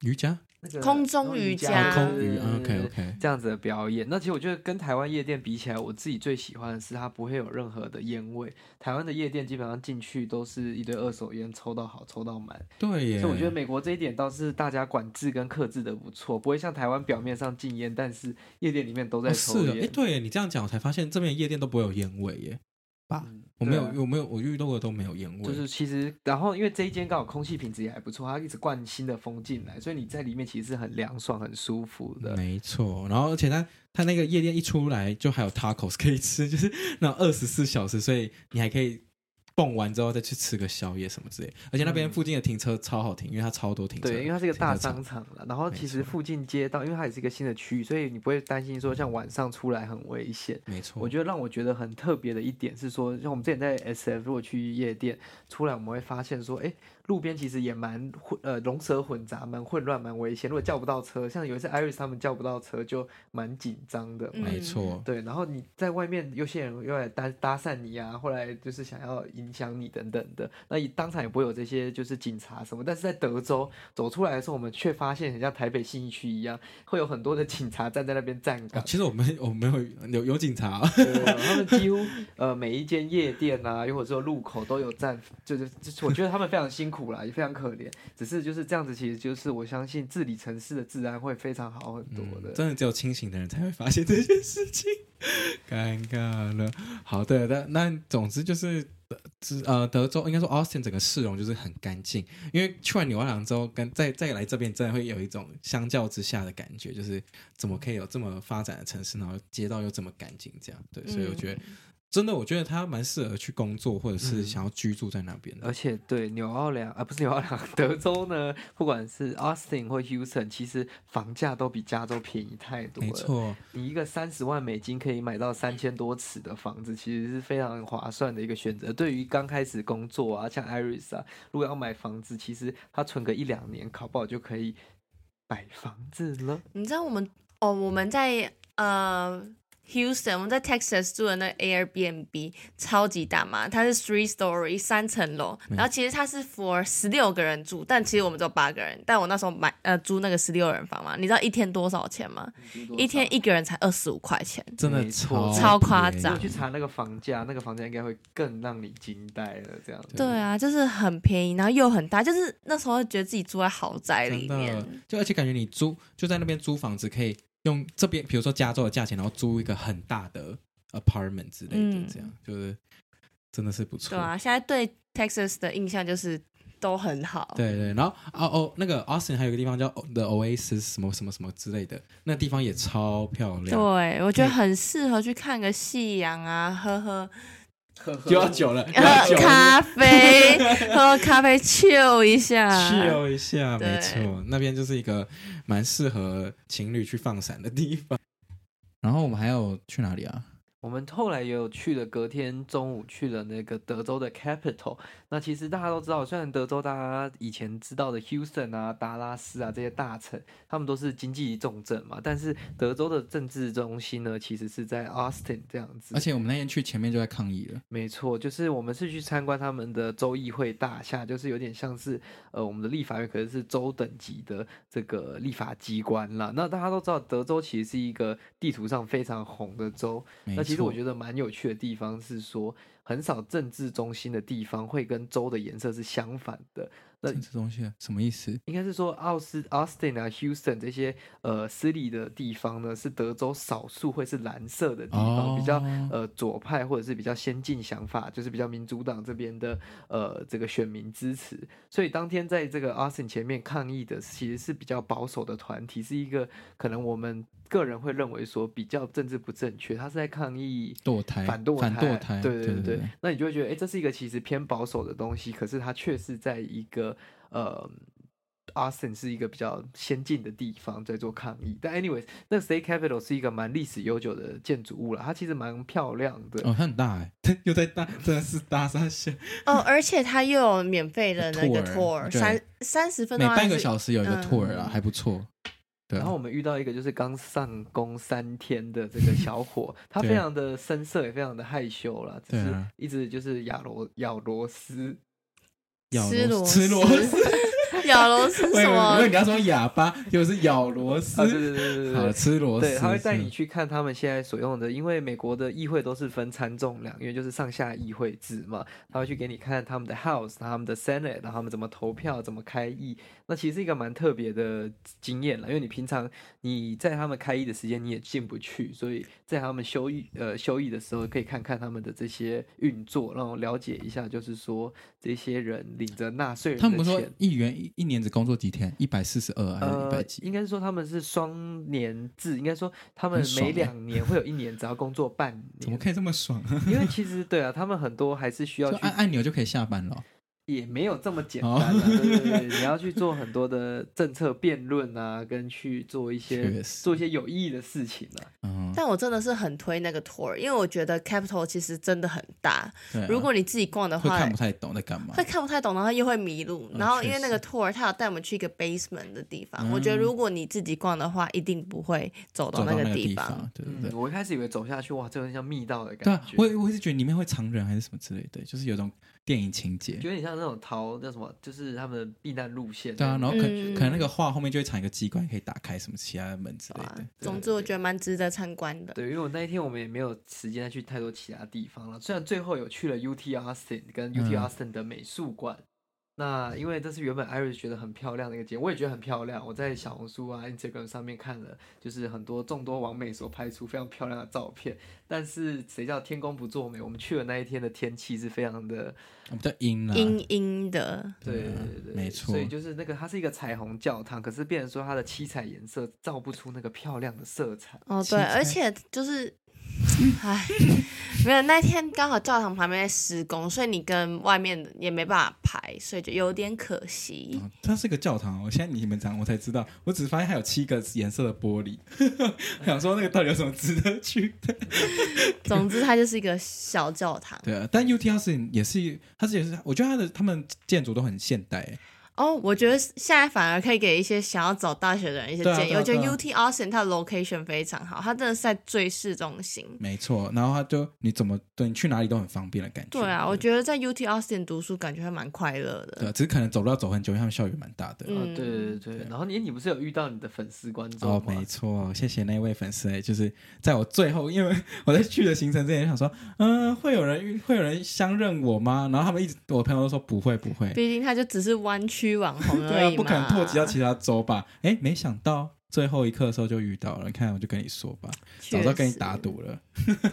Speaker 1: 瑜伽、
Speaker 3: 那个
Speaker 2: 空中
Speaker 3: 那种
Speaker 2: 瑜
Speaker 3: 瑜
Speaker 2: 伽
Speaker 1: 啊
Speaker 2: 啊
Speaker 1: 空瑜
Speaker 3: 对对对对
Speaker 1: ，OK
Speaker 3: 对
Speaker 1: OK，
Speaker 3: 这样子的表演。那其实我觉得跟台湾夜店比起来，我自己最喜欢的是它不会有任何的烟味。台湾的夜店基本上进去都是一堆二手烟，抽到好，抽到满。
Speaker 1: 对耶。
Speaker 3: 所以我觉得美国这一点倒是大家管制跟克制的不错，不会像台湾表面上禁烟，但是夜店里面都在
Speaker 1: 哦
Speaker 3: 抽
Speaker 1: 是
Speaker 3: 烟。
Speaker 1: 哎，诶对耶你这样讲，我才发现这边的夜店都不会有烟味耶。吧
Speaker 3: 嗯
Speaker 1: 我没有
Speaker 3: 对啊，
Speaker 1: 我没有，我遇到过都没有烟味。
Speaker 3: 就是其实，然后因为这一间刚好空气品质也还不错，它一直灌新的风进来，所以你在里面其实是很凉爽、很舒服的。
Speaker 1: 没错，然后而且它它那个夜店一出来就还有 tacos 可以吃， *laughs* 就是那种二十四小时，所以你还可以蹦完之后再去吃个宵夜什么之类。而且那边
Speaker 3: 嗯
Speaker 1: 附近的停车超好停，因为它超多停车。
Speaker 3: 对，因为它是一个
Speaker 1: 停车
Speaker 3: 大
Speaker 1: 场
Speaker 3: 商场了，然后
Speaker 1: 没
Speaker 3: 其实
Speaker 1: 错
Speaker 3: 附近街道，因为它也是一个新的区域，所以你不会担心说像晚上出来很危险。
Speaker 1: 没错，
Speaker 3: 我觉得让我觉得很特别的一点是说，像我们之前在 S F 如果去夜店出来，我们会发现说，哎，路边其实也蛮混呃龙蛇混杂，蛮混乱，蛮危险。如果叫不到车，像有一次 Iris 他们叫不到车，就蛮紧张的嘛。
Speaker 2: 嗯
Speaker 1: 没错，
Speaker 3: 对，然后你在外面，有些人又来搭搭讪你啊，后来就是想要影响你等等的，那你当场也不会有这些就是警察什么，但是在德州走出来的时候，我们却发现很像台北信义区一样，会有很多的警察站在那边站
Speaker 1: 哦
Speaker 3: 岗，
Speaker 1: 其实我们我们有有有警察、
Speaker 3: 对他们几乎呃每一间夜店啊，又或者说路口都有站，就是就是我觉得他们非常辛苦啦，也非常可怜，只是就是这样子，其实就是我相信治理城市的治安会非常好很多的。
Speaker 1: 嗯真的只有清醒的人才会发现这件事情， *laughs* 尴尬了。好的，那那总之就是。呃只呃，德州应该说 Austin 整个市容就是很干净，因为去完纽奥良之后，跟再再来这边，真的会有一种相较之下的感觉，就是怎么可以有这么发展的城市，然后街道又这么干净，这样
Speaker 3: 嗯
Speaker 1: 对，所以我觉得、真的，我觉得他蛮适合去工作，或者是
Speaker 3: 嗯
Speaker 1: 想要居住在那边的。
Speaker 3: 而且对纽奥良啊，不是纽奥良， *laughs* 德州呢，不管是 Austin 或 Houston，其实房价都比加州便宜太多了。
Speaker 1: 没，错，
Speaker 3: 你一个三十万美金可以买到三千多尺的房子，其实是非常划算的一个选择。对于刚开始工作啊，像 Iris 啊，如果要买房子，其实他存个一两年，考不好就可以买房子了。
Speaker 2: 你知道我们哦，我们在呃 Houston，我们在 Texas 住的那个 Airbnb 超级大嘛，它是 three story 三层楼，
Speaker 1: 嗯
Speaker 2: 然后其实它是 for 十六个人住，但其实我们只有八个人。但我那时候买呃租那个十六人房嘛，你知道一天多少钱吗？一天一个人才二十五块钱，
Speaker 1: 真的
Speaker 3: 没错
Speaker 2: 超夸
Speaker 1: 便宜
Speaker 3: 如
Speaker 2: 张
Speaker 3: 果去查那个房价，那个房价应该会更让你惊呆了。这样
Speaker 1: 嗯
Speaker 3: 子，
Speaker 2: 对啊，就是很便宜，然后又很大，就是那时候觉得自己住在豪宅
Speaker 1: 真
Speaker 2: 里
Speaker 1: 的
Speaker 2: 面，，
Speaker 1: 就而且感觉你租就在那边租房子，可以用这边比如说加州的价钱，然后租一个很大的 apartment 之类的，
Speaker 2: 嗯
Speaker 1: 这样就是真的是不错。
Speaker 2: 对啊，现在对 Texas 的印象就是都很好，
Speaker 1: 对对，然后哦哦，那个 Austin 还有一个地方叫 The Oasis 什么什么什么之类的，那地方也超漂亮。
Speaker 2: 对，我觉
Speaker 1: 嗯
Speaker 2: 得很适合去看个夕阳啊，
Speaker 1: *laughs*
Speaker 2: 喝喝
Speaker 1: 又
Speaker 2: 啊
Speaker 1: 要久了，又要久了
Speaker 2: 喝咖啡，
Speaker 1: *laughs*
Speaker 2: 喝咖啡 chill 一下。
Speaker 1: ，chill 一下，
Speaker 2: 啊对
Speaker 1: 没错，那边就是一个蛮适合情侣去放闪的地方。然后我们还有去哪里啊？
Speaker 3: 我们后来也有去了，隔天中午去了那个德州的 capital。那其实大家都知道，虽然德州大家以前知道的 Houston 啊、达拉斯啊这些大城，他们都是经济重镇嘛，但是德州的政治中心呢，其实是在 Austin 这样子
Speaker 4: 而。且我们那天去前面就在抗议了，
Speaker 3: 没错，就是我们是去参观他们的州议会大厦，就是有点像是呃我们的立法院，可是是州等级的这个立法机关啦。那大家都知道，德州其实是一个地图上非常红的州，
Speaker 1: 没
Speaker 3: 那其实
Speaker 1: 错
Speaker 3: 我觉得蛮有趣的地方是说，很少政治中心的地方会跟州的颜色是相反的。那
Speaker 4: 政治东西什么意思？
Speaker 3: 应该是说奥斯 Austin 啊、Houston 这些呃私立的地方呢，是德州少数会是蓝色的地方，
Speaker 4: 哦
Speaker 3: 比较呃左派或者是比较先进想法，就是比较民主党这边的呃这个选民支持。所以当天在这个 Austin 前面抗议的其实是比较保守的团体，是一个可能我们个人会认为说比较政治不正确，他是在抗议。
Speaker 4: 堕胎，
Speaker 3: 反堕
Speaker 4: 反
Speaker 3: 胎，
Speaker 4: 堕胎，
Speaker 3: 对
Speaker 4: 对
Speaker 3: 对
Speaker 4: 对，
Speaker 3: 那你就会觉得，哎、这是一个其实偏保守的东西，可是它却是在一个呃，Austin 是一个比较先进的地方在做抗议。但 anyways，那 State Capitol 是一个蛮历史悠久的建筑物了，它其实蛮漂亮的。
Speaker 4: 哦，它很大哎，
Speaker 1: 又在大，真的是大三线。
Speaker 2: 哦，而且它又有免费的那个
Speaker 4: Tour，
Speaker 2: tour，
Speaker 4: 对
Speaker 2: 三三十分
Speaker 4: 每
Speaker 2: 钟还
Speaker 4: 半个
Speaker 2: 是
Speaker 4: 小时有一个
Speaker 2: 嗯
Speaker 4: tour 啦，还不错。对啊，
Speaker 3: 然后我们遇到一个就是刚上工三天的这个小伙，他
Speaker 1: 对
Speaker 3: 非常的生涩，也非常的害羞啦，只
Speaker 1: 对
Speaker 3: 是
Speaker 1: 啊
Speaker 3: 一直就是咬螺咬螺丝，
Speaker 1: 咬
Speaker 2: 吃
Speaker 1: 螺
Speaker 2: 螺
Speaker 1: 丝，吃螺
Speaker 3: *laughs*
Speaker 1: 丝，
Speaker 2: 丝，咬螺丝
Speaker 1: 我以
Speaker 2: 什
Speaker 1: *laughs* 为我以为
Speaker 2: 么？
Speaker 1: 你要说哑巴，就是咬螺丝
Speaker 3: 啊，对，对对对对对，
Speaker 1: 好吃螺丝，
Speaker 3: 对，他会带你
Speaker 1: 是，
Speaker 3: 去看他们现在所用的，因为美国的议会都是分参众两院，就是上下议会制嘛。他会去给你看他们的 House、他们的 Senate，然后他们怎么投票、怎么开议。那其实是一个蛮特别的经验了，因为你平常你在他们开议的时间你也进不去，所以在他们休议呃休议的时候，可以看看他们的这些运作，让我了解一下，就是说这些人领着纳税人
Speaker 4: 他们不
Speaker 3: 的
Speaker 4: 是说
Speaker 3: 钱。
Speaker 4: 议员一一年只工作几天？一百四十
Speaker 1: 啊
Speaker 4: 二还是一
Speaker 3: 呃
Speaker 4: 百，几？
Speaker 3: 应该是说他们是双年制，应该说他们
Speaker 4: 很爽
Speaker 3: 每
Speaker 4: 欸
Speaker 3: 两年会有一年只要工作半
Speaker 1: *laughs* 怎么
Speaker 3: 年，
Speaker 1: 可以这么爽啊？
Speaker 3: 因为其实对啊，他们很多还是需要
Speaker 4: 就
Speaker 3: 去
Speaker 4: 按按钮就可以下班了。
Speaker 3: 也没有这么简单、
Speaker 1: 哦
Speaker 3: 啊，对对对，
Speaker 1: *laughs*
Speaker 3: 你要去做很多的政策辩论啊，跟去做一些
Speaker 1: 确实
Speaker 3: 做一些有意义的事情啊。
Speaker 1: 嗯，
Speaker 2: 但我真的是很推那个 tour，因为我觉得 Capital 其实真的很大，
Speaker 1: 对啊
Speaker 2: 如果你自己逛的
Speaker 1: 会
Speaker 2: 话，
Speaker 1: 看不太懂在干嘛
Speaker 2: 会，看不太懂，然后又会迷路。
Speaker 1: 嗯
Speaker 2: 然后因为
Speaker 1: 确实
Speaker 2: 那个 tour 他有带我们去一个 basement 的地方，
Speaker 1: 嗯
Speaker 2: 我觉得如果你自己逛的话，一定不会走
Speaker 1: 走
Speaker 2: 到那
Speaker 1: 到那个
Speaker 2: 地
Speaker 1: 地
Speaker 2: 方。，
Speaker 1: 对对
Speaker 3: 嗯
Speaker 1: 对，。
Speaker 3: 我一开始以为走下去，哇，这有点像密道的
Speaker 1: 对
Speaker 3: 感
Speaker 1: 啊
Speaker 3: 觉，，
Speaker 1: 我也我也是觉得里面会藏人还是什么之类的，就是有种电影情节。
Speaker 3: 有点像那种逃叫什么，就是他们避难路线。
Speaker 1: 对啊，然后可、
Speaker 2: 嗯
Speaker 1: 可能那个画后面就会藏一个机关，可以打开什么其他的门之类
Speaker 2: 哇
Speaker 1: 的。
Speaker 2: 总之我觉得蛮值得参观的。
Speaker 3: 对，因为我那一天我们也没有时间再去太多其他地方了。虽然最后有去了 UT Austin 跟 UT
Speaker 1: 嗯
Speaker 3: Austin 的美术馆，那因为这是原本 Iris 觉得很漂亮的一个景，我也觉得很漂亮。我在小红书啊、Instagram 上面看了，就是很多众多网美所拍出非常漂亮的照片。但是谁叫天公不作美，我们去的那一天的天气是非常的
Speaker 1: 哦我比较阴啊啦，
Speaker 2: 阴阴的，
Speaker 3: 对对
Speaker 1: 啊
Speaker 3: 对对，
Speaker 1: 没
Speaker 3: 所以
Speaker 1: 错
Speaker 3: 就是那个，它是一个彩虹教堂，可是变成说它的七彩颜色照不出那个漂亮的色彩。
Speaker 2: 哦，
Speaker 1: 七
Speaker 2: 对，
Speaker 1: 彩
Speaker 2: 而且就是，
Speaker 1: *laughs*
Speaker 2: 唉，没有那天刚好教堂旁边在施工，所以你跟外面的也没办法排，所以就有点可惜。
Speaker 1: 哦它是个教堂哦，现在你们讲我才知道，我只是发现它有七个颜色的玻璃， *laughs* 想说那个到底有什么值得去的？
Speaker 2: 总之，它就是一个小教堂。
Speaker 1: 对啊，但 U T R 是也是，它是也是，我觉得它的他们建筑都很现代欸，
Speaker 2: 哦，我觉得现在反而可以给一些想要找大学的人一些
Speaker 1: 对啊
Speaker 2: 建议。
Speaker 1: 对啊
Speaker 2: 我觉得
Speaker 1: 对啊
Speaker 2: UT Austin 它的 location 非常好，它真的是在最市中心。
Speaker 1: 没错。然后它就你怎么对你去哪里都很方便的感觉。
Speaker 2: 对啊，我觉得在 UT Austin 读书感觉还蛮快乐
Speaker 1: 嗯对
Speaker 2: 的。
Speaker 1: 啊，只是可能走路要走很久，因为他们校园蛮大的。
Speaker 2: 嗯
Speaker 3: 啊，对对对对。然后你你不是有遇到你的粉丝观众
Speaker 1: 哦
Speaker 3: 吗，？
Speaker 1: 没错，谢谢那位粉丝哎，就是在我最后，因为 *laughs* 我在去的行程之前想说，嗯、会有人遇会有人相认我吗？然后他们一直我朋友都说不会不会，
Speaker 2: 毕竟它就只是湾区网红
Speaker 1: *laughs*
Speaker 2: 而
Speaker 1: 对
Speaker 2: 已
Speaker 1: 啊
Speaker 2: 嘛，，
Speaker 1: 不可能拓及到其他州吧？哎，没想到最后一刻的时候就遇到了，你看我就跟你说吧，
Speaker 2: 确
Speaker 1: 早
Speaker 2: 实
Speaker 1: 知道跟你打。赌了。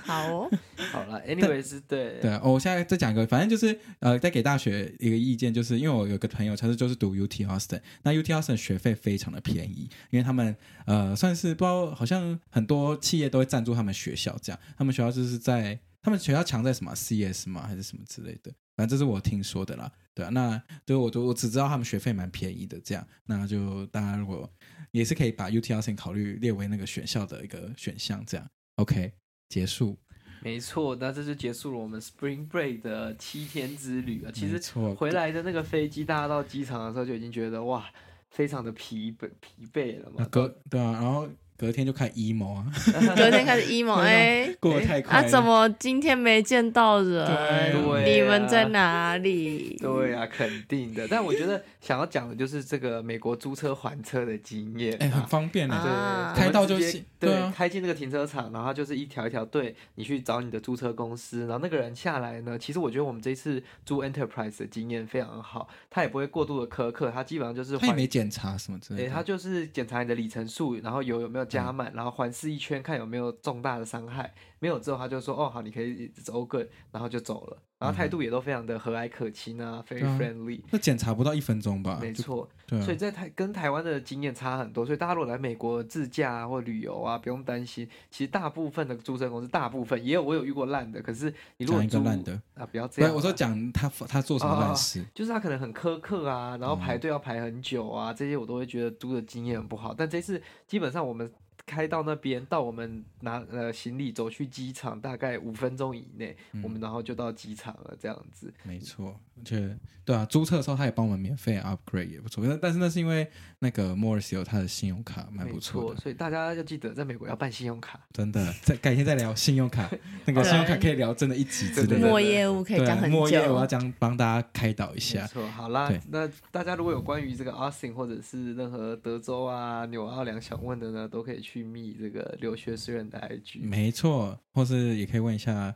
Speaker 2: 好哦，
Speaker 3: 好了，anyways，对
Speaker 1: 对啊，哦我现在再讲一个，反正就是呃，再给大学一个意见，就是因为我有个朋友，他是就是读 UT Austin，那 UT Austin 学费非常的便宜，因为他们呃算是不知道，好像很多企业都会赞助他们学校这样，他们学校就是在他们学校强在什么 CS 吗还是什么之类的，反正这是我听说的啦。对啊，那对我都我只知道他们学费蛮便宜的，这样，那就大家如果也是可以把 UT Austin 考虑列为那个选校的一个选项，这样 OK 结束。
Speaker 3: 没错，那这就结束了我们 Spring Break 的七天之旅啊。其
Speaker 1: 没
Speaker 3: 实
Speaker 1: 错
Speaker 3: 回来的那个飞机，大家到机场的时候就已经觉得哇，非常的疲惫疲惫了嘛
Speaker 1: 那。隔对啊，然后隔天就开 emo 啊，
Speaker 2: 隔天
Speaker 1: *laughs*
Speaker 2: 开始 emo 哎。
Speaker 1: 过得太啊快
Speaker 2: 啊！
Speaker 1: 了。
Speaker 2: 怎么今天没见到人？
Speaker 1: 对
Speaker 2: 你
Speaker 3: 啊
Speaker 2: 们在哪里？
Speaker 3: 对啊，肯定的。但我觉得想要讲的就是这个美国租车还车的经验、啊，
Speaker 1: 哎，很方便
Speaker 2: 啊
Speaker 1: 啊！
Speaker 3: 对，
Speaker 1: 开到
Speaker 3: 我们直
Speaker 1: 就
Speaker 3: 接
Speaker 1: 是
Speaker 3: 对，
Speaker 1: 对啊
Speaker 3: 开进那个停车场，然后它就是一条一条队，你去找你的租车公司，然后那个人下来呢，其实我觉得我们这一次租 Enterprise 的经验非常好，他也不会过度的苛刻，他基本上就是
Speaker 1: 他也嗯
Speaker 3: 还。
Speaker 1: 没嗯检查什么之
Speaker 3: 对，
Speaker 1: 类
Speaker 3: 他
Speaker 1: 的，
Speaker 3: 就是检查你的里程数，然后油有没有加满，然后环视一圈看有没有重大的伤害，没有之后他就说哦好，你可以走 good，然后就走了，然后态度也都非常的和蔼可亲啊、非 v
Speaker 1: 嗯对啊
Speaker 3: e r y friendly，、
Speaker 1: 那检查不到一分钟吧？
Speaker 3: 没
Speaker 1: 就，
Speaker 3: 错，
Speaker 1: 对
Speaker 3: 所以
Speaker 1: 啊，
Speaker 3: 在台跟台湾的经验差很多，所以大家如果来美国自驾、啊、或旅游啊，不用担心。其实大部分的租车公司，大部分也有我有遇过烂的，可是你如果
Speaker 1: 讲一个
Speaker 3: 租
Speaker 1: 烂的，
Speaker 3: 啊，不要这
Speaker 1: 不是
Speaker 3: 样啊、
Speaker 1: 我说讲他他做什么烂事，
Speaker 3: 就是他可能很苛刻啊，然后
Speaker 1: 嗯
Speaker 3: 排队要排很久啊，这些我都会觉得租的经验很不好。但这次基本上我们开到那边，到我们拿呃行李走去机场，大概五分钟以内，我
Speaker 1: 嗯
Speaker 3: 们然后就到机场了，这样子。
Speaker 1: 没错，而且对啊，注册的时候他也帮我们免费 upgrade 也不错，但但是那是因为那个 Morris 有他的信用卡，蛮
Speaker 3: 没
Speaker 1: 不错
Speaker 3: 错，
Speaker 1: 的，
Speaker 3: 所以大家要记得在美国要办信用卡。
Speaker 1: 真的。再改天再聊信用卡，那个信用卡可以聊真的一集之
Speaker 3: 对
Speaker 1: 类
Speaker 3: 对
Speaker 1: 的
Speaker 2: 莫。业务可以
Speaker 1: 对
Speaker 2: 讲
Speaker 1: 啊，
Speaker 2: 很
Speaker 1: 莫叶我要
Speaker 2: 久。
Speaker 1: 讲帮大家开导一
Speaker 3: 没
Speaker 1: 下，
Speaker 3: 错，好啦
Speaker 1: 对，
Speaker 3: 那大家如果有关于这个 Austin 或者是任何德州啊、纽奥良想问的呢，都可以去密这个留学诗人的 IG，
Speaker 1: 没错，或是也可以问一下啊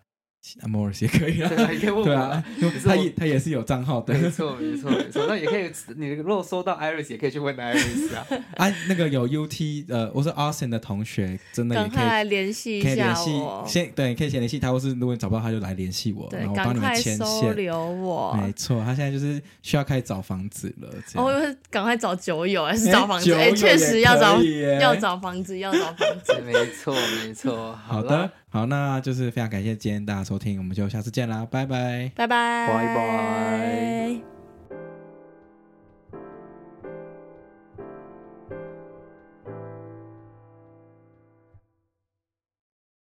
Speaker 1: Morris 也可以啊。
Speaker 3: 对，也可以问我
Speaker 1: 对
Speaker 3: 啦
Speaker 1: 啊。，因为
Speaker 3: 是我
Speaker 1: 他也他也是有账号的
Speaker 3: *laughs* 没错，没错，没错。那也可以，你如果收到 Iris，也可以去问
Speaker 1: *laughs*
Speaker 3: Iris 啊。
Speaker 1: 啊。那个有 UT 呃，我是 Austin 的同学，真的也
Speaker 2: 赶快
Speaker 1: 可
Speaker 2: 来
Speaker 1: 以
Speaker 2: 联系
Speaker 1: 可以
Speaker 2: 一
Speaker 1: 联
Speaker 2: 下
Speaker 1: 系，
Speaker 2: 我，
Speaker 1: 先对，可以先联系他，或是如果你找不到他就来联系我，
Speaker 2: 对
Speaker 1: 然后，我帮
Speaker 2: 赶
Speaker 1: 你们
Speaker 2: 快
Speaker 1: 牵
Speaker 2: 收
Speaker 1: 线。
Speaker 2: 留我。
Speaker 1: 没错，他现在就是需要开始找房子了，这
Speaker 2: 哦，
Speaker 1: 样。
Speaker 2: 我是 *laughs* 赶快找酒友，还
Speaker 1: *laughs*
Speaker 2: 是
Speaker 1: 哎
Speaker 2: *laughs* 找房子？
Speaker 1: 酒友
Speaker 2: 哎，确实要
Speaker 1: 也
Speaker 2: 找
Speaker 1: 可以耶
Speaker 2: 要找房子，要找房子。
Speaker 3: 没错，没错。
Speaker 1: 好
Speaker 3: 啦
Speaker 1: 的，，好，那就是非常感谢今天大家收听，我们就下次见啦，拜拜。
Speaker 2: 拜拜，
Speaker 3: 拜拜。